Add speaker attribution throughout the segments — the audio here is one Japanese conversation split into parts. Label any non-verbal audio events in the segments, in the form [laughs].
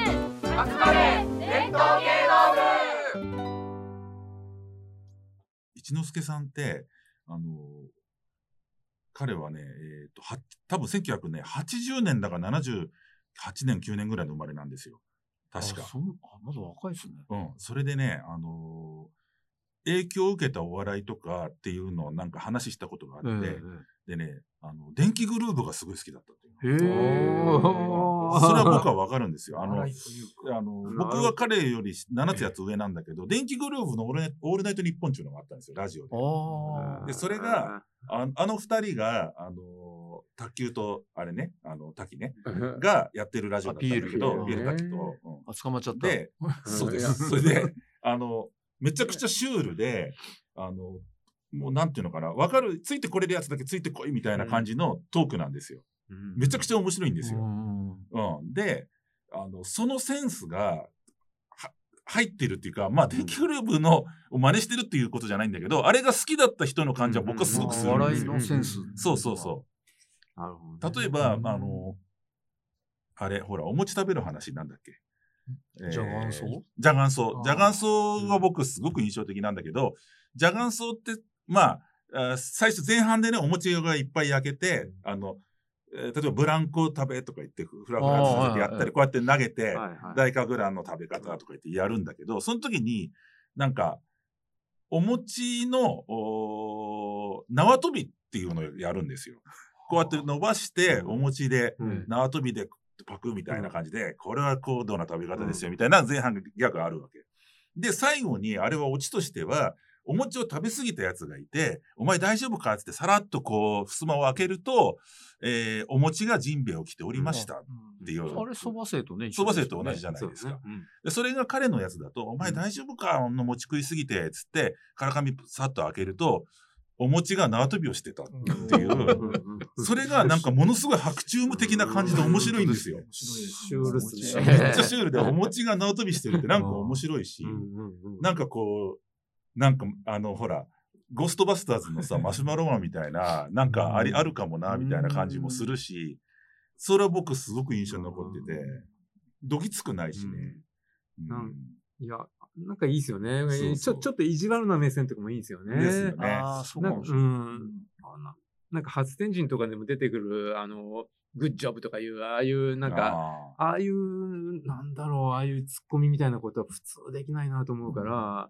Speaker 1: 集まれ伝統芸能部
Speaker 2: 一之輔さんって、あの、彼はね、えっ、と、は、多分1980年だから78年、9年ぐらいの生まれなんですよ。確か
Speaker 3: あ。そうあまだ若いですね。
Speaker 2: うん。それでね、あの影響を受けたお笑いとかっていうのをなんか話したことがあって、でね、あの、電気グルーヴがすごい好きだったっていう。 [laughs]
Speaker 3: ええへえ。それ
Speaker 2: それは
Speaker 3: は
Speaker 2: 僕はわかるんですよ。あの、
Speaker 3: は
Speaker 2: あ
Speaker 3: い
Speaker 2: の
Speaker 3: る
Speaker 2: 僕は彼より7つやつ上なんだけど、電気グルーヴのオールナイオールナイトニッポンっていうのがあったんですよ、ラジオで。
Speaker 3: ああ。
Speaker 2: でそれが、ああの二人が、あのー卓球と、あれね、あの、滝ね、がやってるラジオだったんだけど、
Speaker 3: あ
Speaker 2: ビ
Speaker 3: PL
Speaker 2: ール滝と。うん
Speaker 3: あ捕まっちゃった。
Speaker 2: で、そうで
Speaker 3: いや
Speaker 2: す。それで、あの、めちゃくちゃシュールで、あの、もうなんていうのかな、わかる、ついてこれるやつだけついてこいみたいな感じのトークなんですよ。めちゃくちゃ面白いんです
Speaker 3: う
Speaker 2: よ。
Speaker 3: ん
Speaker 2: うん。で、あの、そのセンスが、は入ってるっていうか、まあ、電気グループのを真似してるっていうことじゃないんだけど、あれが好きだった人の感じは僕はすごくするん
Speaker 3: まあ
Speaker 2: で
Speaker 3: 笑
Speaker 2: す
Speaker 3: い
Speaker 2: よ。
Speaker 3: のセンス。
Speaker 2: そうそうそう。
Speaker 3: なるほどね
Speaker 2: 例えば、
Speaker 3: うん
Speaker 2: まあ、あの、あれ、ほら、お餅食べる話なんだっけ
Speaker 3: じゃがんそ
Speaker 2: ソ
Speaker 3: う
Speaker 2: じゃがんそ
Speaker 3: あ
Speaker 2: う。
Speaker 3: ー
Speaker 2: じゃがんそうが僕すごく印象的なんだけど、じゃがんそうって、まあ、あー最初前半でね、お餅がいっぱい焼けて、あの、えー例えばブランコ食べとか言って、フラフラさせてやった
Speaker 3: あー
Speaker 2: り、こうやって投げ
Speaker 4: は
Speaker 2: て、
Speaker 4: いはい。
Speaker 2: 大神楽の食べ方とか言ってやるんだけど、その時に、なんか、お餅の、おー縄跳びっていうのをやるんですよ。こうやって伸ばして、お餅で、
Speaker 4: うん
Speaker 2: 縄跳びでパクみたいな感じで、これは高度な食べ方ですよ、みたいな前半ギャグがあるわけ。で、最後に、あれはオチとしては、お餅を食べ過ぎたやつがいて、お前大丈夫かっつってさらっとこう、襖を開けると、えーお餅がジンベエを着ておりましたっていう。
Speaker 3: あれ、そば生とね、
Speaker 2: そば生と同じじゃない
Speaker 4: そう
Speaker 2: で
Speaker 4: ですす
Speaker 2: か
Speaker 4: ね。。うん
Speaker 2: で、それが彼のやつだと、お前大丈夫か、あの餅食いすぎて、つって、からかみさっと開けると、お餅が縄跳びをしてたってい
Speaker 4: うん
Speaker 2: う、
Speaker 4: うん
Speaker 2: それがなんかものすごい白昼夢的な感じで面白いんですよ。
Speaker 4: シュールっす
Speaker 2: めっ
Speaker 4: ね。
Speaker 2: ちゃシュールで、お餅が縄跳びしてるってなんか面白いし
Speaker 4: う、んうんうん
Speaker 2: なんかこう、なんかあの、ほら、ゴーストバスターズのさ、マシュマロマンみたいな、なんかあり、あるかもな、みたいな感じもするし、それは僕すごく印象に残ってて、どぎつくないしね。
Speaker 4: ん
Speaker 2: うん
Speaker 4: いや、なんかいいですよね
Speaker 2: そうそう
Speaker 4: ちょ。ちょっと意地悪な目線とかもいいですよね。
Speaker 2: ですよね。
Speaker 3: ああ、そう
Speaker 4: な
Speaker 3: か
Speaker 4: ん
Speaker 3: も
Speaker 4: か、
Speaker 3: し
Speaker 4: う
Speaker 3: れない。
Speaker 4: ん。あななんか発電人とかでも出てくる、あの、グッジョブとかいう、ああいう、なんか、
Speaker 2: か、
Speaker 4: ああいう、なんだろう、ああいうツッコミみたいなことは普通できないなと思うから。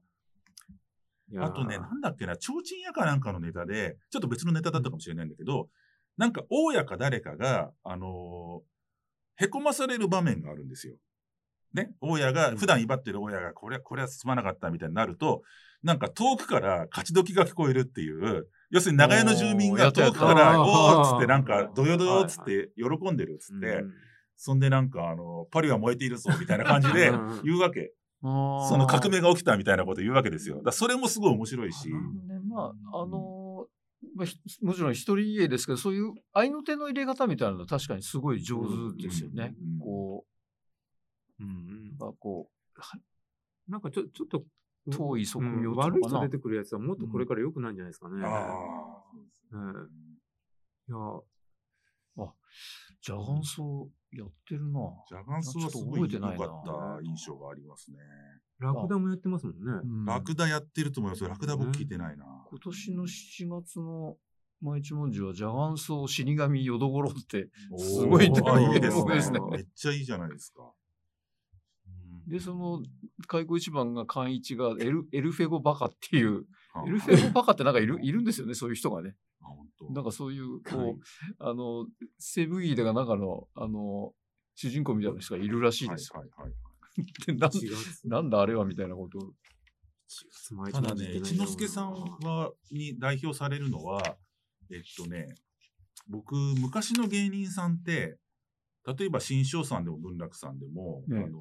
Speaker 4: いやー
Speaker 2: あとね、なんだっけな、提灯屋かなんかのネタで、ちょっと別のネタだったかもしれないんだけど、なんか、大家か誰かが、あのーへこまされる場面があるんですよ。ね、大家が、普段威張ってる大家が、これは、これはすまなかったみたいになると、なんか遠くから勝ち時が聞こえるっていう、要するに長屋の住民
Speaker 3: おーや
Speaker 2: が
Speaker 3: ったや
Speaker 2: 遠
Speaker 3: った
Speaker 2: くから、
Speaker 4: あー
Speaker 2: おーっつって、なんか、どよどよ
Speaker 4: はい
Speaker 2: っつって、喜んでるっつって、
Speaker 4: うん
Speaker 2: そんでなんか、あの、パリは燃えているぞ、みたいな感じで
Speaker 4: うん
Speaker 2: 言うわけ。
Speaker 3: そ
Speaker 2: その革命が起きたみたいなこと言うわけですよ。だからそれもすごい面白いし。
Speaker 3: ね、まあ、あのーまあ、ひもちろん一人家ですけど、そういう合いの手の入れ方みたいなのは確かにすごい上手ですよね。
Speaker 2: うん
Speaker 3: こ
Speaker 4: うんうん
Speaker 3: う、まあ、こ
Speaker 4: なんかちょちょっと、
Speaker 3: う、遠い
Speaker 4: うん
Speaker 3: 側面
Speaker 4: 悪い人出てくるやつはもっとこれから良くないんじゃないですかね。
Speaker 2: あ
Speaker 4: うんいや、
Speaker 3: ジャガンソーやってるな。
Speaker 2: ジャガンスはすごい良かった印象がありますね。
Speaker 4: ラクダもやってますもんね。
Speaker 3: うん
Speaker 2: ラクダやってると思いますよ。ラクダ僕聞いてないな。
Speaker 3: 今年の7月の毎一文字は、ジャガンソー死神淀五郎って、すごい
Speaker 2: おー
Speaker 4: あいいですね
Speaker 2: あめっちゃいいじゃないですか。
Speaker 3: で、その、開口一番が寛一
Speaker 2: [laughs]
Speaker 3: がエル、エルフェゴバカっていう、
Speaker 2: うん
Speaker 3: エルフェゴバカってなんかいる、いるんですよね、そういう人がね。
Speaker 2: あ本
Speaker 3: な
Speaker 2: 当
Speaker 3: んかそういう、こう、
Speaker 4: はい
Speaker 3: あの、セブギーダがなんかの、あの、主人公みたいな人がいるらしい
Speaker 2: は
Speaker 3: で
Speaker 2: い
Speaker 3: すよ。
Speaker 2: はいはい。
Speaker 3: でな
Speaker 4: 1
Speaker 3: ん
Speaker 4: 月。
Speaker 3: なんだあれはみたいなことを。
Speaker 2: ただね、一之輔さんは、に代表されるのは、えっとね、僕、昔の芸人さんって、例えば新章さんでも文楽さんでも、
Speaker 3: ええ
Speaker 2: あのー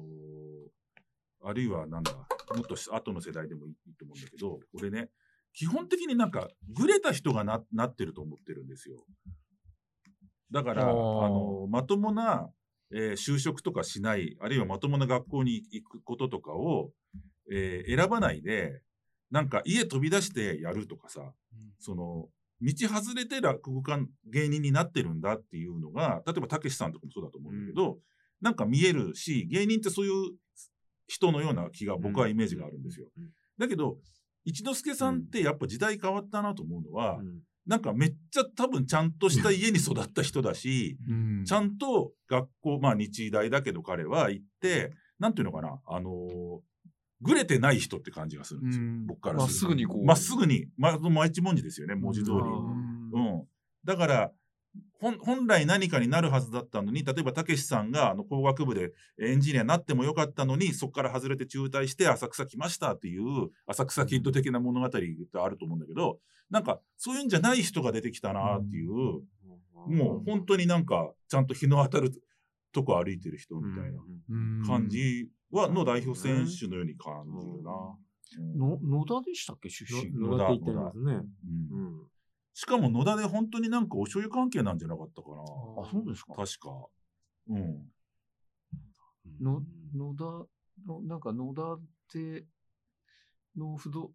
Speaker 2: あるいはなんだ、もっと後の世代でもいいいいと思うんだけど、俺ね、基本的になんか、ぐれた人がななってると思ってるんですよ。だから、あ
Speaker 3: あー
Speaker 2: のまともな、えー就職とかしない、あるいはまともな学校に行くこととかを、えー選ばないで、なんか家飛び出してやるとかさ、その、道外れて落語家、芸人になってるんだっていうのが、例えばたけしさんとかもそうだと思うんだけど、なんか見えるし、芸人ってそういう人のような気が僕はイメージがあるんですよ。だけど、一之輔さんってやっぱ時代変わったなと思うのは、なんかめっちゃ多分ちゃんとした家に育った人だし、
Speaker 3: うん
Speaker 2: ちゃんと学校、まあ日大だけど彼は行って、なんていうのかな、あのーぐれてない人って感じがするんですよ。
Speaker 3: うん
Speaker 2: 僕からすると
Speaker 3: まっすぐにこう
Speaker 2: まっすぐに、ま、毎一文字ですよね、文字通り。
Speaker 3: うん
Speaker 2: うん。だから、ほん本来何かになるはずだったのに、例えばたけしさんがあの工学部でエンジニアになってもよかったのに、そこから外れて中退して浅草来ましたっていう、浅草キッド的な物語ってあると思うんだけど、なんかそういうんじゃない人が出てきたなっていう、もう本当になんかちゃんと日の当たるとこ歩いてる人みたいな感じは、の代表選手のように感じるな。うん
Speaker 3: の野田でしたっけ出身
Speaker 2: の
Speaker 4: 野田って言ってますね。
Speaker 2: う
Speaker 4: うんん
Speaker 2: しかも野田で本当になんかお醤油関係なんじゃなかったかな。
Speaker 3: あそうですか
Speaker 2: 確か。うん。
Speaker 3: の野田のなんか野田っての不動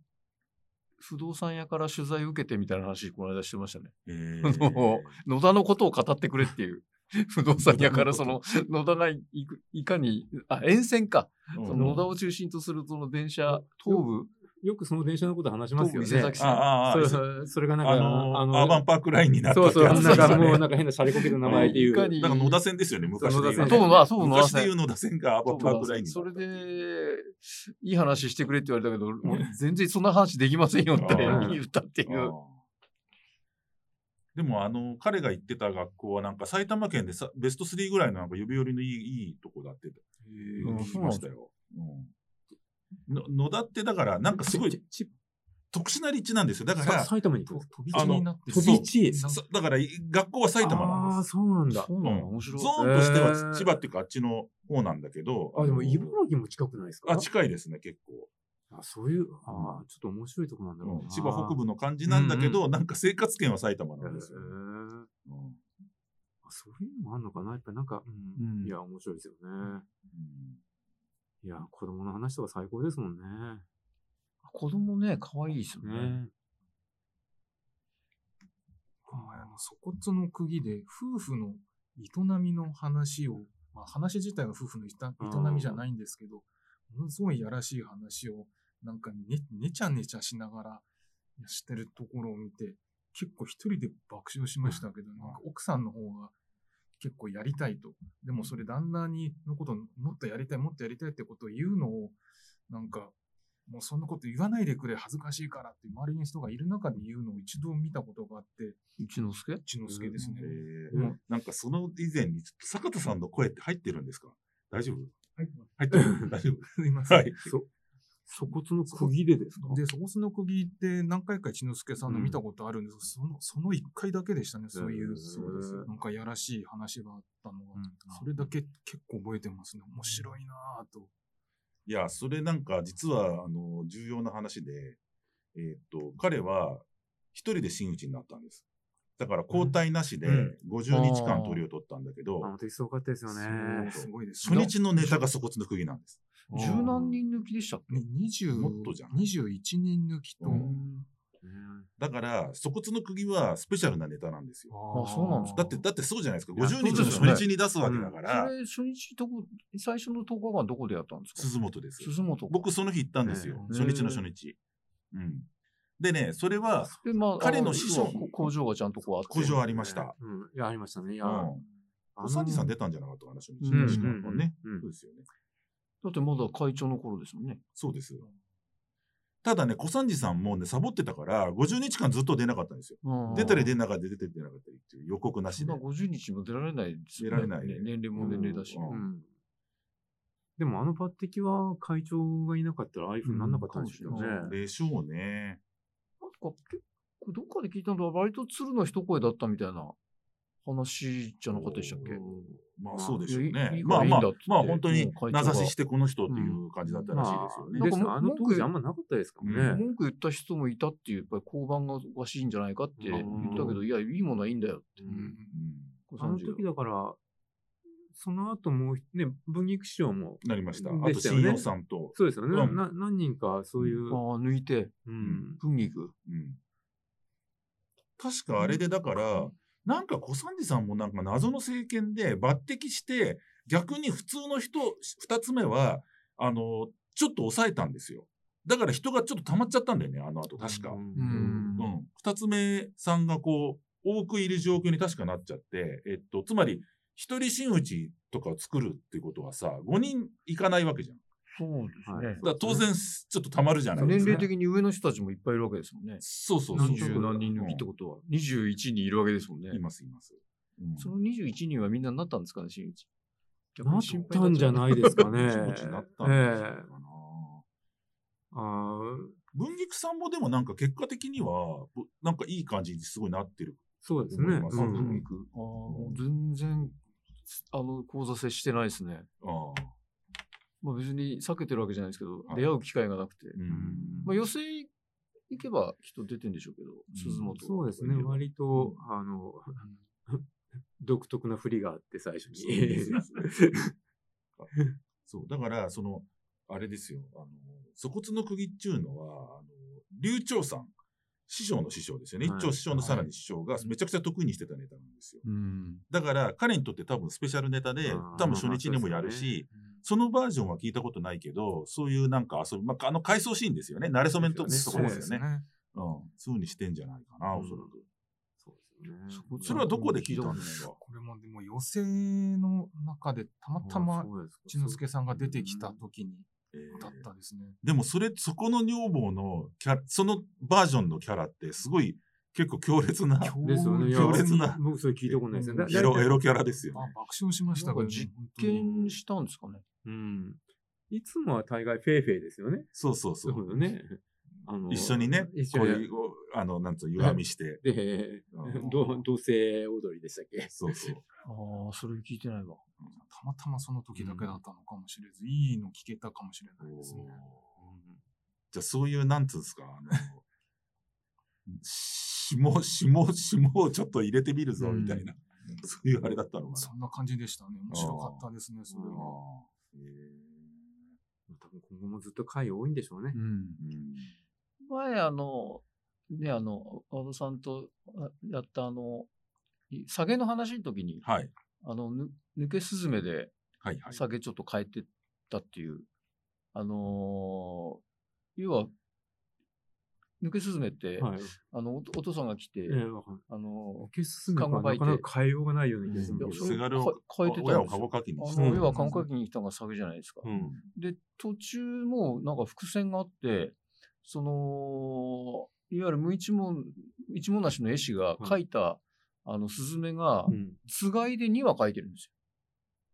Speaker 3: 不動産屋から取材受けてみたいな話この間してましたね
Speaker 2: え
Speaker 4: [laughs]
Speaker 3: あの野田のことを語ってくれっていう [laughs] 不動産屋から
Speaker 2: 野田
Speaker 3: そ
Speaker 2: の
Speaker 3: の野田がいくいかにあ沿線か、その野田
Speaker 2: を。
Speaker 3: を中心とするその電車東武
Speaker 4: よくその電車のこと話しますよ
Speaker 3: 東武伊勢
Speaker 4: ね
Speaker 3: 崎。
Speaker 2: ああ、あ
Speaker 4: そ
Speaker 2: あ
Speaker 4: うそうそれがなんか、
Speaker 2: あの、アーバンパークラインになった
Speaker 4: そうそう、
Speaker 2: ってやつ
Speaker 4: なん
Speaker 2: です
Speaker 4: か
Speaker 2: よね
Speaker 4: もうなんか変なシャレこけた名前ってい
Speaker 3: か
Speaker 4: う。
Speaker 3: に
Speaker 2: [laughs] なんか野田線ですよね、昔で言。
Speaker 4: そうう野田線
Speaker 3: あそう野田
Speaker 2: 昔
Speaker 3: 線
Speaker 2: で言う野田線がアーバンパークラインに
Speaker 3: そ
Speaker 2: な
Speaker 3: れ
Speaker 2: った。
Speaker 3: で、いい話してくれって言われたけど、もう全然そんな話できませんよって
Speaker 2: ああ
Speaker 3: 言ったっていう。
Speaker 2: ああでもあの彼が行ってた学校はなんか埼玉県でさベスト3ぐらいのなんか指折りのいいいいとこだって
Speaker 3: うん
Speaker 2: 聞きましたよ。うんの野田ってだからなんかすごい
Speaker 4: ち
Speaker 2: 特殊な立地なんですよ。だか
Speaker 4: さ
Speaker 2: ら
Speaker 4: 埼玉に行
Speaker 3: と
Speaker 4: く。
Speaker 3: 飛び
Speaker 2: あ
Speaker 3: 地
Speaker 2: の
Speaker 3: になって
Speaker 4: 飛
Speaker 3: る
Speaker 4: び地。
Speaker 3: そう
Speaker 2: そだからい学校は埼玉なんです
Speaker 4: ああ、。そうなんだ。
Speaker 3: そうなの面白い。
Speaker 2: ゾーンとして
Speaker 4: へー
Speaker 2: は千葉っていうかあっちの方なんだけど。
Speaker 4: あ、でも
Speaker 2: の
Speaker 4: 茨城も近くないですか
Speaker 2: あ、近いですね、結構。
Speaker 4: あそういう、ああ、ちょっと面白いとこなんだろう
Speaker 2: うん
Speaker 4: な。
Speaker 2: 千葉北部の感じなんだけど、なんか生活圏は埼玉
Speaker 4: へ
Speaker 2: なんですよ。
Speaker 4: ー
Speaker 2: うんうん
Speaker 4: あそういうのもあるのかなやっぱりなんか、うん
Speaker 3: うん
Speaker 4: いや、面白いですよね。いや、子供の話とか最高ですもんね。
Speaker 3: 子供ね、可愛いですよね。
Speaker 4: ね
Speaker 5: あのそこっちの釘で夫婦の営みの話を、まあ、話自体が夫婦のいた営みじゃないんですけど、ものすごいやらしい話をなんかねねちゃねちゃしながらしてるところを見て結構一人で爆笑しましたけど、なんか奥さんの方が結構やりたいとでもそれ旦那にのことをもっとやりたいもっとやりたいってことを言うのをなんかもうそんなこと言わないでくれ恥ずかしいからって周りの人がいる中で言うのを一度見たことがあって
Speaker 3: 一之輔
Speaker 5: 一之輔ですね。
Speaker 2: へー
Speaker 5: うん
Speaker 2: なんかその以前に、ちょっと坂田さんの声って入ってるんですか大丈夫
Speaker 5: はい、
Speaker 2: 入ってる大丈
Speaker 5: [laughs] すいま
Speaker 2: 夫
Speaker 5: せん。
Speaker 2: はい。
Speaker 4: そ、そこつの釘でですか
Speaker 5: で、そこその釘って何回か一之輔さんの見たことあるんですけど、その、その一回だけでしたね、そうい
Speaker 4: へ
Speaker 5: う、
Speaker 4: ーそうです
Speaker 5: なんかやらしい話があったのが、
Speaker 3: うん
Speaker 5: それだけ結構覚えてますね。面白いなぁと。
Speaker 2: いや、それなんか実は、あの、重要な話で、えーっと、彼は一人で真打ちになったんです。だから交代なしで
Speaker 3: うん
Speaker 2: 50日間取りを取ったんだけど、
Speaker 4: あの時すごかったですよね。
Speaker 5: そうすごいです
Speaker 2: 初
Speaker 5: ね。
Speaker 2: 日のネタがそこつの釘なんです。
Speaker 3: 十何人抜きでしたっけ
Speaker 5: ね、20
Speaker 2: もっとじゃん
Speaker 5: 21人抜きと、
Speaker 2: うんだから、そこつの釘はスペシャルなネタなんですよ。
Speaker 3: あそうなんです
Speaker 2: だ
Speaker 3: か
Speaker 2: って、だってそうじゃないですか。50
Speaker 3: いや
Speaker 2: 日
Speaker 3: そう
Speaker 2: の
Speaker 3: です
Speaker 2: 初
Speaker 3: よね
Speaker 2: 日に出すわけだか
Speaker 3: そ
Speaker 2: ら、
Speaker 3: れ、初日どこ、最初の10日間どこでやったんですか
Speaker 2: 鈴本です。
Speaker 3: 鈴本。
Speaker 2: 僕その日行ったんですよ。
Speaker 3: ええ
Speaker 2: 初日の初日。うん。でね、それは
Speaker 3: で、まあ、
Speaker 2: 彼の
Speaker 3: あ
Speaker 2: 師匠
Speaker 3: こ工場がちゃんとこうあって。
Speaker 2: 工場ありました。。
Speaker 4: うん。いや、ありましたね。いや、
Speaker 2: う
Speaker 4: あ
Speaker 2: ん。おさんじさん出たんじゃなかったかな、初日の初日のね。
Speaker 4: うん
Speaker 2: そうですよね。
Speaker 3: だってまだ会長の頃ですもんね。
Speaker 2: そうです。ただね、小三治さんもね、サボってたから、50日間ずっと出なかったんですよ。
Speaker 3: うん
Speaker 2: 出たり出なかったり、出て出なかったりっていう予告な
Speaker 3: そ
Speaker 2: し
Speaker 3: ん
Speaker 2: で
Speaker 3: な。50日も出られないですよ
Speaker 2: 出られないね
Speaker 3: ね年齢も年齢だし。
Speaker 2: うん
Speaker 4: うんでもあの抜擢は会長がいなかったらああいうふうにならなかったんですよね。
Speaker 2: でしょうね。
Speaker 3: なんか結構どっかで聞いたのは割と鶴の一声だったみたいな話じゃなかったでしたっけ
Speaker 4: う
Speaker 2: まあ
Speaker 4: ん
Speaker 2: そうでしょう
Speaker 3: いいい
Speaker 2: ね
Speaker 3: い。
Speaker 2: まあま
Speaker 3: いいん
Speaker 2: あ
Speaker 3: だっつって、
Speaker 2: まあ本当に
Speaker 3: もう会
Speaker 2: 名
Speaker 3: 長が
Speaker 2: 指ししてこの人っていう感じだったらしい
Speaker 4: ま
Speaker 2: ですよ
Speaker 4: あ、
Speaker 2: ね
Speaker 4: で。す
Speaker 3: なんかもう
Speaker 4: あの当
Speaker 3: 文句
Speaker 4: 時あんまなかったですからね。
Speaker 2: うん
Speaker 3: 文句言った人もいたっていう、やっぱり交番がおかしいんじゃないかって言ったけど、いや、いいものはいいんだよって。
Speaker 4: うん
Speaker 2: うん
Speaker 3: 小
Speaker 4: あの
Speaker 3: 三治が
Speaker 4: 時だから、その後もう、ね、文菊師匠も、
Speaker 2: なりました。あ
Speaker 4: で
Speaker 2: と、
Speaker 4: したよね
Speaker 2: 新葉さんと。
Speaker 4: そうですよね。
Speaker 2: うん
Speaker 4: な何人かそういう、
Speaker 3: ああ、抜いて、
Speaker 4: うん。
Speaker 3: 文菊。
Speaker 2: うん確かあれでだから、なんか小三治さんもなんか謎の政権で抜擢して、逆に普通の人、二つ目は、あの、ちょっと抑えたんですよ。だから人がちょっと溜まっちゃったんだよね、あの後、確か。うん。
Speaker 3: ん
Speaker 2: 二、つ目さんがこう、多くいる状況に確かなっちゃって、えっと、つまり、一人真打ちとかを作るっていうことはさ、5人いかないわけじゃん。
Speaker 3: そうですね。
Speaker 2: だから当然、ちょっと溜まるじゃないで
Speaker 3: 年
Speaker 2: すか。
Speaker 3: 齢的に上の人たちもいっぱいいるわけですもんね。
Speaker 2: そうそうそう。
Speaker 3: 何十何人抜きってことは、21人いるわけですもんね
Speaker 2: うんい。ます、います。うん
Speaker 3: その21人はみんなになったんですかね、新内。逆
Speaker 4: な
Speaker 3: に
Speaker 4: っ
Speaker 3: 心配
Speaker 4: たんじゃ
Speaker 3: い
Speaker 4: ないですかね。
Speaker 2: 気持ちになったんじゃないかな
Speaker 4: ええあー
Speaker 2: 文菊さんもでもなんか結果的には、ぶなんかいい感じにすごいなってる
Speaker 4: そう
Speaker 2: と
Speaker 4: ですね。
Speaker 2: 思います。
Speaker 4: う
Speaker 2: 文
Speaker 4: ん
Speaker 2: 菊。
Speaker 3: ああ、もう全然、あの、講座接してないですね。
Speaker 2: ああ。
Speaker 3: まあ別に避けてるわけじゃないですけど、
Speaker 2: はい
Speaker 3: 出会う機会がなくて。
Speaker 2: うん
Speaker 3: まあ寄席行けば人出てんでしょうけど、鈴本は。
Speaker 4: そうですね。割と、あの、 [laughs] 独特な振りがあって、最初に。
Speaker 2: そう、だから、その、あれですよ、あの、粗骨の釘っていうのは、あの、流暢さん、師匠の師匠ですよね。
Speaker 4: はい
Speaker 2: 一丁師匠のさらに師匠がめちゃくちゃ得意にしてたネタなんですよ。
Speaker 3: うん。
Speaker 2: だから、彼にとって多分スペシャルネタ
Speaker 4: [laughs]
Speaker 2: で
Speaker 4: あー、
Speaker 2: 多分初日にもやるし、そのバージョンは聞いたことないけど、そういうなんか遊び、まあ、あの回想シーンですよね。慣れ初めのとこです
Speaker 4: そ
Speaker 2: と
Speaker 4: う
Speaker 2: こ
Speaker 4: で
Speaker 2: ですすよね。。うん。そういうふうにしてんじゃないかな、おそらく。
Speaker 4: そうですよね。
Speaker 2: それはどこで聞いたんですか
Speaker 5: これもでも寄席の中でたまたま
Speaker 4: そうですか
Speaker 5: 千之助さんが出てきた時に
Speaker 2: えー
Speaker 5: だったですね。
Speaker 2: でもそれ、そこの女房のキャラ、そのバージョンのキャラってすごい結構強烈な、
Speaker 4: ですよね。いや
Speaker 2: 強烈な
Speaker 4: 僕、それ聞いたことないですね。だ
Speaker 2: エロ、エロキャ。
Speaker 4: だいたい
Speaker 2: ラですよ
Speaker 5: あ
Speaker 2: ね。
Speaker 5: 爆笑しましたけどね、
Speaker 3: なんか
Speaker 5: 本当に
Speaker 3: 見したんですかね。
Speaker 4: うん。いつもは大概フェイフェイですよね。
Speaker 2: そうそうそ。
Speaker 4: そううよね。あの
Speaker 2: 一緒にね、
Speaker 4: 一緒
Speaker 2: こう
Speaker 4: にや
Speaker 2: いう、あの、なんつうの、弱みして。
Speaker 4: で、
Speaker 2: うん
Speaker 4: 同同性踊りでしたっけ
Speaker 2: そうそう。
Speaker 3: ああ、それ聞いてないわ。
Speaker 5: たまたまその時だけだったのかもしれず、いいの聞けたかもしれないですね。
Speaker 2: じゃあそういう、なんつうんですか、あの、霜、霜、霜をちょっと入れてみるぞ、みたいな、そういうあれだったのかな
Speaker 5: そ。んな感じでしたね。面白かったですね、それ
Speaker 2: あ
Speaker 5: は。
Speaker 2: ーへー
Speaker 4: 多分今後もずっと会多いんでしょうね。
Speaker 3: ん。
Speaker 2: うん
Speaker 3: 前あの、ね、あの、和田さんとあやったあの、い下げの話の時に、
Speaker 2: はい。
Speaker 3: あの、ぬ抜けすずめで
Speaker 2: はいはい。
Speaker 3: 下げちょっと変えてったっていう、あのー要は、抜けすずめって、
Speaker 4: はい。
Speaker 3: あのお、お父さんが来て、
Speaker 4: ええ、わかんない。
Speaker 3: あの
Speaker 4: ケース進めばなかなか会話がないような気がするん
Speaker 3: ー、い
Speaker 4: だ
Speaker 3: や
Speaker 4: け
Speaker 3: そ
Speaker 4: ど。
Speaker 3: れ
Speaker 2: せがれを
Speaker 3: か変えてたんです
Speaker 2: 親
Speaker 3: よ
Speaker 2: をカゴかきに
Speaker 3: あ
Speaker 2: して
Speaker 3: の、
Speaker 4: うん
Speaker 3: 要は観光客に来たのが下げじゃないですか。
Speaker 4: うん。
Speaker 3: で、途中もなんか伏線があって、その、いわゆる無一文、一文なしの絵師が描いた、あの、スズメが
Speaker 4: う、ん
Speaker 3: つがいで2話描いてるんです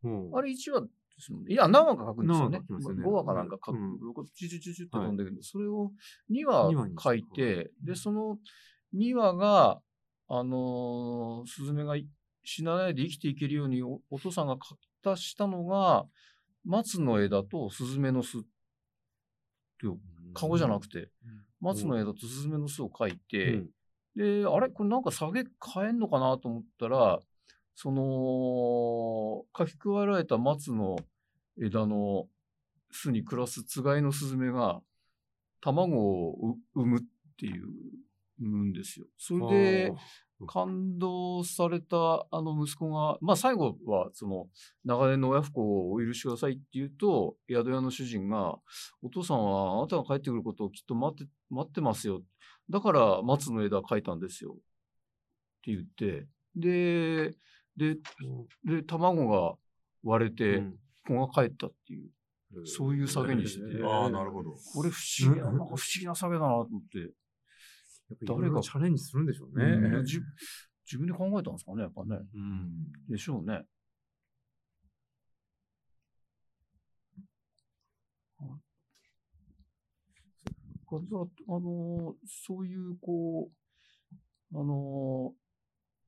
Speaker 4: うん
Speaker 3: よ。あれ1話ですもんね。いや、何話か描くんですよね。
Speaker 4: 何話か描きますよね
Speaker 3: 5話かなんか描く。
Speaker 4: うん
Speaker 3: 6話、チュチュチュチュって飛んでるけど、それを2話
Speaker 4: 二話に
Speaker 3: 描いて、で、その2話が、あのー、スズメが死なないで生きていけるようにおお父さんが形したのが、松の枝とスズメの巣顔じゃなくて、松の枝とスズメの巣を描いて、
Speaker 4: うん
Speaker 3: で、あれこれなんか下げ変えんのかなと思ったら、その、書き加えられた松の枝の巣に暮らすつがいのスズメが、卵をう産むっていう、産むんですよ。それで、、感動されたあの息子が、まあ最後はその長年の親不孝をお許しくださいって言うと、宿屋の主人が、お父さんはあなたが帰ってくることをきっと待って、待ってますよ。だから松の枝描いたんですよ。って言って、で、で、で、卵が割れ
Speaker 4: で
Speaker 3: て、子が帰ったっていう、そういう下げにして
Speaker 4: うん
Speaker 2: ああ、なるほど。
Speaker 3: これ不思議な、
Speaker 4: う
Speaker 3: なんんか不思議な下げだなと思って、
Speaker 4: 誰がチャレンジするんでしょうね。
Speaker 3: うんじ自分で考えたんですかね、やっぱね。
Speaker 4: うん
Speaker 3: でしょうね。ああのそういうこうあの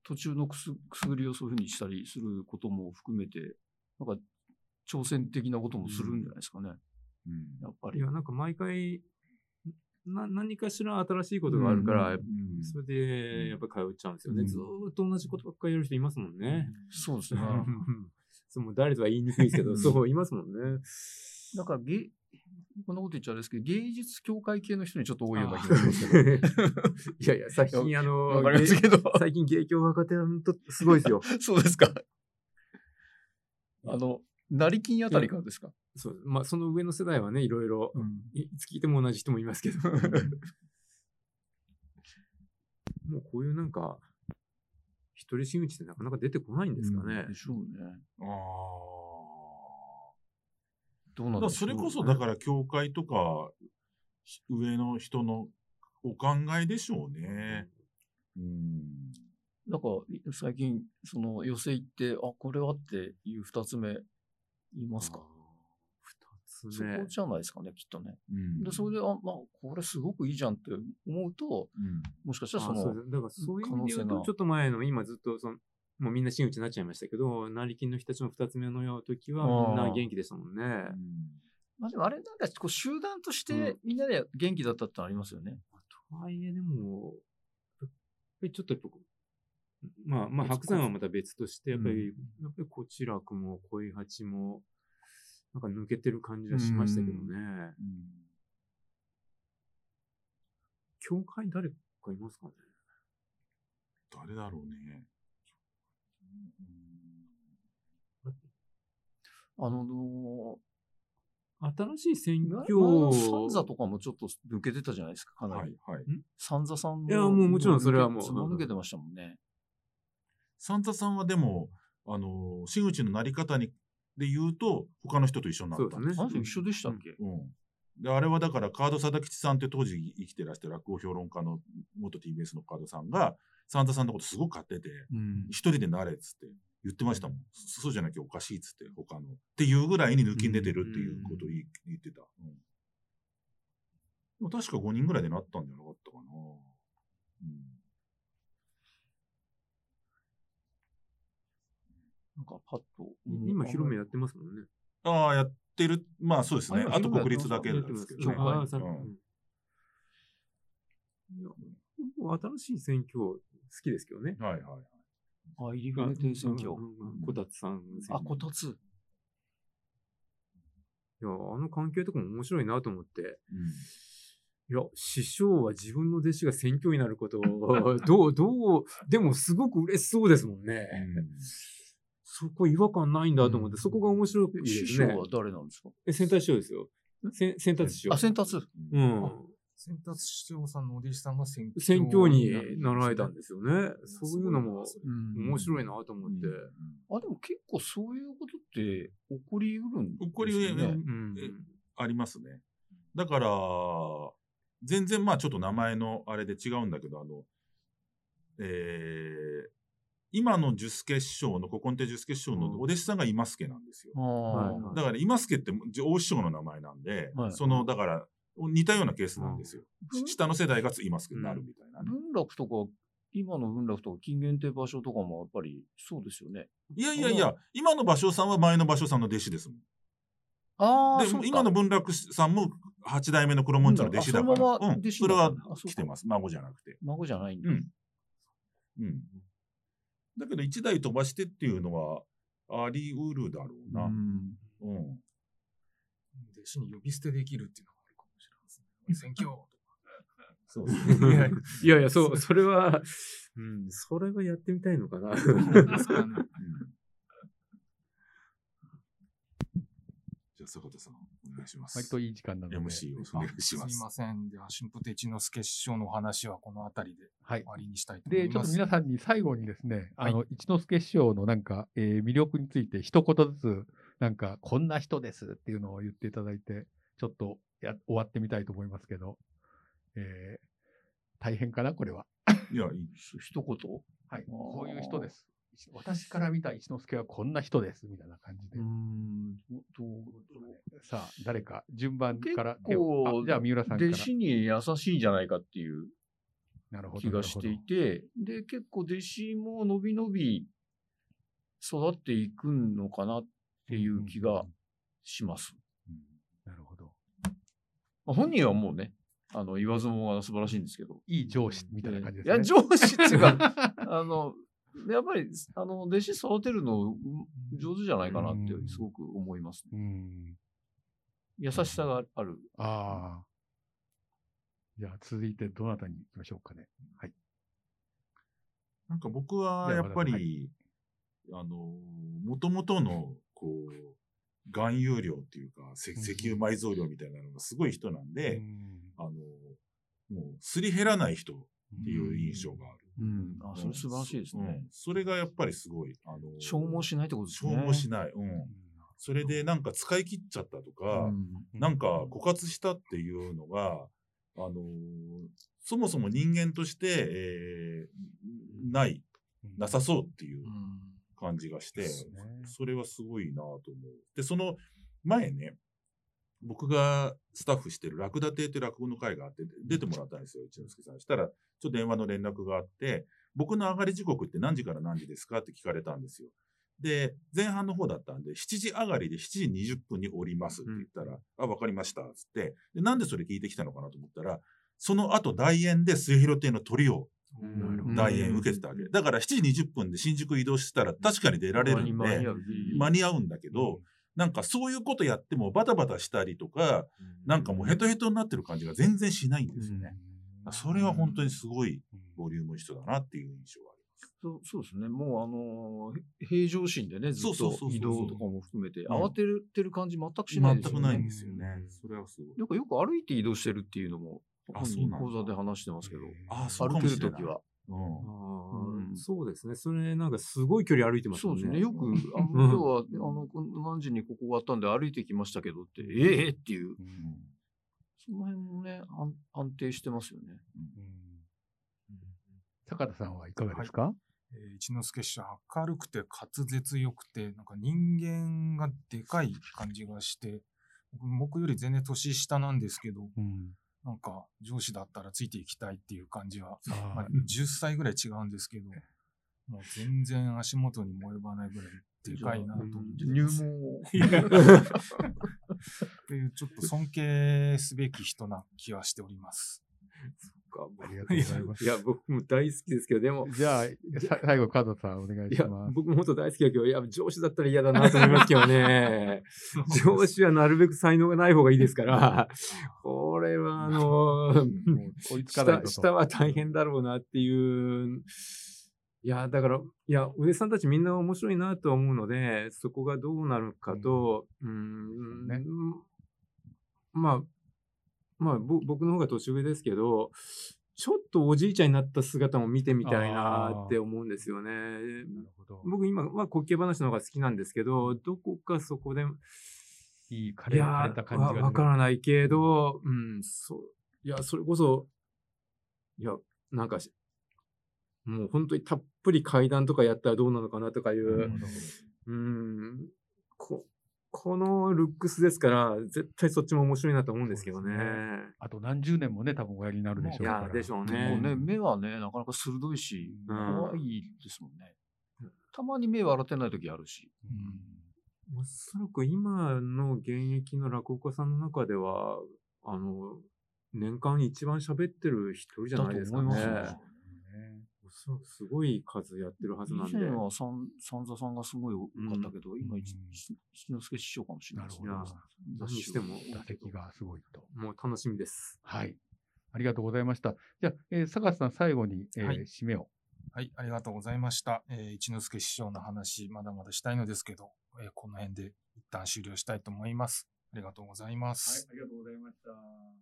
Speaker 3: 途中のくすくすぐりをそういうふうにしたりすることも含めてなんか挑戦的なこともするんじゃないですかね、
Speaker 2: うん
Speaker 3: やっぱ
Speaker 4: い
Speaker 3: り。
Speaker 4: や、なんか毎回、な何かしら新しいことがあるから、
Speaker 3: う
Speaker 4: それで、やっぱり通っちゃうんですよね。
Speaker 3: うん
Speaker 4: ずーっと同じことばっかりやる人いますもんね。
Speaker 3: そうですね。
Speaker 4: [laughs] そうもう誰とは言いにくいですけど、そう、いますもんね。
Speaker 3: なんか芸こんなこと言っちゃあれですけど芸術協会系の人にちょっと多いような気がしますけど。
Speaker 4: いやいや、最近、あの、
Speaker 3: [laughs] わかりますけど。
Speaker 4: 最 [laughs] 近、芸協若手は本当すごいですよ。
Speaker 3: そうですか。あの、成金あたりからですか
Speaker 4: そうまあ、その上の世代はね、いろいろ、いつ聞いても同じ人もいますけ
Speaker 3: [laughs]
Speaker 4: ど。もうこういうなんか、一人真打ちってなかなか出てこないんですかね。
Speaker 3: でしょうね。
Speaker 2: あ
Speaker 3: どうな
Speaker 2: あ。だか
Speaker 3: んで
Speaker 2: ら
Speaker 3: し
Speaker 2: そ
Speaker 3: ょう
Speaker 2: れこそ、だから、教会とか、ひ上の人のお考えでしょうね。うん。
Speaker 3: なんか、最近、その、寄せ行って、あ、これはっていう二つ目、いますか、
Speaker 4: 二つ
Speaker 3: そこ
Speaker 4: 目。
Speaker 3: じゃないですかね、きっとね。
Speaker 2: うん
Speaker 3: で、それで、あ、まあ、これすごくいいじゃんって思うと、
Speaker 2: うん
Speaker 3: もしかしたらそ
Speaker 4: あそう
Speaker 3: の
Speaker 4: で、すだからそういう意味で言う
Speaker 3: 可能性
Speaker 4: と、
Speaker 3: が
Speaker 4: ちょっと前の、今ずっとその、もうみんな真打ちになっちゃいましたけど、成金の人たちの二つ目の時は
Speaker 3: あー
Speaker 4: みんな元気でしたもんね。
Speaker 3: まあでもあれなんか、こう、集団とし
Speaker 4: う
Speaker 3: てみんなで元気だったってのありますよね。
Speaker 4: とはいえでも、やっぱりちょっとやっぱこう、まあまあ
Speaker 3: 別
Speaker 4: 白山はまた別として、やっぱり、
Speaker 3: う
Speaker 4: やっぱりこちらくも恋八も、なんか抜けてる感じはしましたけどね。教会誰かいますかね
Speaker 2: 誰だろうね。
Speaker 3: あのー、
Speaker 4: 新しい選
Speaker 3: 前
Speaker 4: 挙
Speaker 3: のサンザとかもちょっと抜けてたじゃないですか、かなり。
Speaker 2: はいはい。
Speaker 3: サンザさんも。
Speaker 4: いやもうもちろんそれはもう
Speaker 3: つま抜けてましたもんね。
Speaker 2: サンタさんはでも、あの、真打ちのなり方にで言うと、他の人と一緒にな
Speaker 4: そ
Speaker 2: っ
Speaker 4: うで
Speaker 2: た。
Speaker 4: すね。
Speaker 3: あの人一緒でしたっけ、
Speaker 2: うん。で、あれはだから、カード貞吉さんって当時生きてらして落語評論家の元 TBS のカードさんが、サンタさんのことすごく買ってて、
Speaker 3: うん
Speaker 2: 一人でなれっつって言ってましたもん。そそうじゃなきゃおかしいっつって、他の。っていうぐらいに抜きん出てるっていうことを言い言ってた。うんでも確か5人ぐらいでなったんじゃなかったかな。うん
Speaker 3: なんかパッと。
Speaker 4: 今、広めやってますもんね。
Speaker 2: ああ、やってる。まあそうですね。
Speaker 3: あ
Speaker 2: あと
Speaker 3: 今
Speaker 2: 国立だけですけどね。
Speaker 3: やって
Speaker 4: あ
Speaker 3: ま
Speaker 4: あさ
Speaker 2: うん
Speaker 4: うんいやもう新しい選挙好きですけどね。
Speaker 2: はいはいはい。
Speaker 3: あ、入り船停戦橋。
Speaker 4: こたつさん選挙
Speaker 3: あ、こたつ。
Speaker 4: いや、あの関係とかも面白いなと思って。
Speaker 2: うん
Speaker 4: いや、師匠は自分の弟子が選挙になること [laughs] を、どう、どう、でもすごく嬉しそうですもんね。そこ違和感ないんだと思って、そこが面白くいい
Speaker 3: 師
Speaker 4: です
Speaker 3: 匠
Speaker 4: ね。
Speaker 3: は誰なんですか
Speaker 4: え、先達師匠ですよ。せ先達師匠。
Speaker 3: あ、先達。
Speaker 4: う
Speaker 2: うん
Speaker 4: ん。
Speaker 5: 先達市長さんのお弟子さんが選挙
Speaker 4: 選挙に習えたんですよね。そういうのも面
Speaker 3: い。
Speaker 4: 白いなと思って。
Speaker 3: あ、でも結構そういうことって起こりうるんです
Speaker 2: 起こりうる
Speaker 3: ね。
Speaker 4: うん。
Speaker 2: えありますね。だから、全然まあちょっと名前のあれで違うんだけど、あの、えー、今のジュスケ師匠の、古今亭ジュスケ師匠のお弟子さんが今助なんですよ。
Speaker 3: ああ。
Speaker 4: はい
Speaker 2: だから今助って大師匠の名前なんで、
Speaker 3: はい
Speaker 2: その、だから、似たようなケースなんですよ。
Speaker 3: うん
Speaker 2: 下の世代が今助になるみたいなね、
Speaker 3: 文楽とか、今の文楽とか、金限定場所とかもやっぱりそうですよね。
Speaker 2: いやいやいや、今の芭蕉さんは前の芭蕉さんの弟子ですもん。
Speaker 3: ああ、
Speaker 2: で
Speaker 3: そうか
Speaker 2: 今の文楽さんも八代目の黒門茶の弟子だか
Speaker 3: うんあそのま
Speaker 2: ら、
Speaker 3: ま
Speaker 2: うん
Speaker 3: 弟子
Speaker 2: そ
Speaker 3: な
Speaker 2: れ
Speaker 3: のかな
Speaker 2: は
Speaker 3: あそうか
Speaker 2: 来てます孫じゃなくて。
Speaker 3: 孫じゃないんだ。
Speaker 2: うんうん、だけど一代飛ばしてっていうのはありうるだろうな。
Speaker 3: ん
Speaker 2: うん
Speaker 5: 弟子に呼び捨てできるっていうのがあるかもしれないです
Speaker 6: [laughs]
Speaker 5: ね。選挙と
Speaker 2: そうです
Speaker 5: [laughs]
Speaker 2: ね。
Speaker 5: か。
Speaker 4: [laughs] いやいや、そう、それは、うん、それはやってみたいのかな。
Speaker 2: [laughs]
Speaker 5: そうですかね。
Speaker 2: じゃあ坂田さんお願いします。
Speaker 6: 割といい時間なので。
Speaker 2: MC をお願いしますす
Speaker 5: み。ません。では、春風亭一之輔師匠のお話はこの辺りで
Speaker 6: はい
Speaker 5: 終。わりにしたいと思
Speaker 6: で、
Speaker 5: い
Speaker 6: ちょ
Speaker 5: ま
Speaker 6: っと
Speaker 5: す。
Speaker 6: 皆さんに最後にですね、
Speaker 5: はい
Speaker 6: あの、一之輔師匠のなんか、えー魅力について一言ずつ、なんか、こんな人ですっていうのを言っていただいて、ちょっとや終わってみたいと思いますけど、えー大変かな、これは。
Speaker 2: いやいい。
Speaker 3: ひ一言
Speaker 6: はい。
Speaker 3: あー
Speaker 6: こういう人です。一私から見た一之輔はこんな人です、みたいな感じで。
Speaker 3: ん、どどう
Speaker 6: さあ、誰か、順番から
Speaker 3: 結
Speaker 6: 手を。
Speaker 3: 構
Speaker 6: あじゃあ、三浦さんから
Speaker 3: 弟。子に優しいんじゃないかっていう
Speaker 6: なるほど。
Speaker 3: 気がしてい
Speaker 6: なる
Speaker 3: て、で、結構弟子も伸び伸び育っていくのかなっていう気がします。
Speaker 6: ほど。なるほど。
Speaker 3: まあ本人はもうね、あの、言わずもがな素晴らしいんですけど。
Speaker 6: いい上司みたいな感じですね。
Speaker 3: いや、上司っていうか、 [laughs] あの、やっぱり、あの、弟子育てるのうん上手じゃないかなって
Speaker 6: うん
Speaker 3: すごく思います、ね。
Speaker 6: うん。
Speaker 3: 優しさがある。
Speaker 6: ああ。じゃあ、続いてどなたに行きましょうかね。
Speaker 2: なんか僕はやっぱり、あの、もともとの、こう、含有量っていうか、せ石油埋蔵量みたいなのがすごい人なんで、あの、もうすり減らない人っていう印象がある。
Speaker 3: うん。あ、それ素晴らしいです
Speaker 2: う
Speaker 3: ね
Speaker 2: ん。それがやっぱりすごい、あの、
Speaker 3: 消耗しないってことですね。
Speaker 2: 消耗しない。うん。それでなんか使い切っちゃったとか、なんか枯渇したっていうのが、あのーそもそも人間として、えーない、なさそうっていう感じがして、それはすごいなと思う。で、その前ね、僕がスタッフしてるラクダ亭っていう落語の会があって、出てもらったんですよ、一之輔さん。したら、ちょっと電話の連絡があって、僕の上がり時刻って何時から何時ですかって聞かれたんですよ。で、前半の方だったんで、7時上がりで7時20分に降りますって言ったら、あ、わかりました、つって。で、なんでそれ聞いてきたのかなと思ったら、その後、大円で末広亭の鳥を
Speaker 4: なるほど
Speaker 2: 大円受けてたわけ。だから7時20分で新宿移動してたら確かに出られるんで、
Speaker 3: 間に合う
Speaker 2: 間に合うんだけど、なんかそういうことやってもバタバタしたりとか、なんかもうヘトヘトになってる感じが全然しないんですよね。それは本当にすごいボリュームの人だなっていう印象はあり
Speaker 3: そうそうですね。もう、あのー、平常心でね、ずっ
Speaker 2: そうそう
Speaker 3: と
Speaker 2: そうそう
Speaker 3: 移動とかも含めて、
Speaker 2: ん
Speaker 3: 慌ててる感じ全くしないです
Speaker 2: 全
Speaker 3: よ
Speaker 2: く
Speaker 3: ね。
Speaker 2: ないんですよね。それはすごい。
Speaker 3: なんかよく歩いて移動してるっていうのも、
Speaker 2: あ
Speaker 3: 本
Speaker 2: そうな
Speaker 3: 人
Speaker 2: んだ
Speaker 3: 講座で話してますけど、
Speaker 2: ああ、そ
Speaker 3: 歩
Speaker 2: うか
Speaker 3: け
Speaker 2: も
Speaker 3: る
Speaker 2: しれな
Speaker 3: 時
Speaker 2: い。
Speaker 3: は。
Speaker 2: うん
Speaker 3: うん
Speaker 4: そうですね。それなんかすごい距離歩いてます
Speaker 3: そ
Speaker 4: も
Speaker 3: うん
Speaker 4: ね。
Speaker 3: ですね。よく、あの今日は、あの、こん何時にここ終わったんで歩いてきましたけどって、ええっていう、
Speaker 2: うん
Speaker 3: その辺もね、安安定してますよね。
Speaker 6: 坂田さんはいかがですか、
Speaker 5: えー一之輔師匠明るくて滑舌よくてなんか人間がでかい感じがして僕より全然年下なんですけど
Speaker 6: うん
Speaker 5: なんか上司だったらついていきたいっていう感じは、ま
Speaker 6: あ
Speaker 5: あ、10歳ぐらい違うんですけどもう全然足元にも及ばないぐらいでかいなと思って
Speaker 3: 入門を。
Speaker 5: [laughs] っていうちょっと尊敬すべき人な気はしております。
Speaker 6: ありがとうございます。
Speaker 4: いや、僕も大好きですけど、で
Speaker 3: [laughs]
Speaker 4: も、
Speaker 6: じゃあ、さ最後、加藤さんお願い
Speaker 4: い
Speaker 6: し
Speaker 4: や、
Speaker 6: ます。
Speaker 4: 僕も本当大好きだけど、いや、上司だったら嫌だなと思いますけど
Speaker 3: [laughs]
Speaker 4: ね。上司はなるべく才能がない方がいいですから、これは、あの、
Speaker 6: もう追いつかない
Speaker 4: 下
Speaker 6: と。
Speaker 4: 下は大変だろうなっていう。いや、だから、いや、お弟子さんたちみんな面白いなとは思うので、そこがどうなるかと、うーん、
Speaker 6: そうね
Speaker 4: まあ、まあ、ぼ僕の方が年上ですけど、ちょっとおじいちゃんになった姿も見てみたいなって思うんですよね。
Speaker 6: なるほど。
Speaker 4: 僕今、まあ、滑稽話の方が好きなんですけど、どこかそこで、
Speaker 6: いい、枯
Speaker 4: い
Speaker 6: れ
Speaker 4: や
Speaker 6: 枯れた感じが
Speaker 4: ー
Speaker 6: 出
Speaker 4: わ
Speaker 6: る。
Speaker 4: わからないけど、うん、そう、いや、それこそ、いや、なんかし、もう本当にたっぷり階段とかやったらどうなのかなとかいう、うん、ここのルックスですから、絶対そっちも面白いなと思うんですけどね。
Speaker 6: そうですあと何十年もね、多分おやりになるでしょう
Speaker 4: い
Speaker 6: から。
Speaker 4: や、でしょう
Speaker 3: もうね、
Speaker 4: ね。
Speaker 3: 目はね、なかなか鋭いし、
Speaker 4: うん
Speaker 3: 怖いですもんね。たまに目笑ってない時あるし。
Speaker 4: おそらく今の現役の落語家さんの中では、あの、年間一番喋ってる一人じゃないですかね。
Speaker 3: だと思いますよ
Speaker 4: おそらくすごい数やってるはずなん
Speaker 3: 以
Speaker 4: で。
Speaker 3: 前はさん三座さんがすごい多かったけど、今、
Speaker 6: うん
Speaker 3: 一一一之輔師匠かもしれないですね。
Speaker 4: なるほど
Speaker 3: 雑誌
Speaker 4: 何にしても
Speaker 6: 打席がすごいと。
Speaker 4: もう楽しみです。
Speaker 6: はい。ありがとうございました。じゃあ、えー、坂田さん、最後に、えー
Speaker 5: はい
Speaker 6: 締めを。
Speaker 5: はい、ありがとうございました。えー一之輔師匠の話、まだまだしたいのですけど、えーこの辺で一旦終了したいと思います。ありがとうございます。
Speaker 6: ありがとうございました。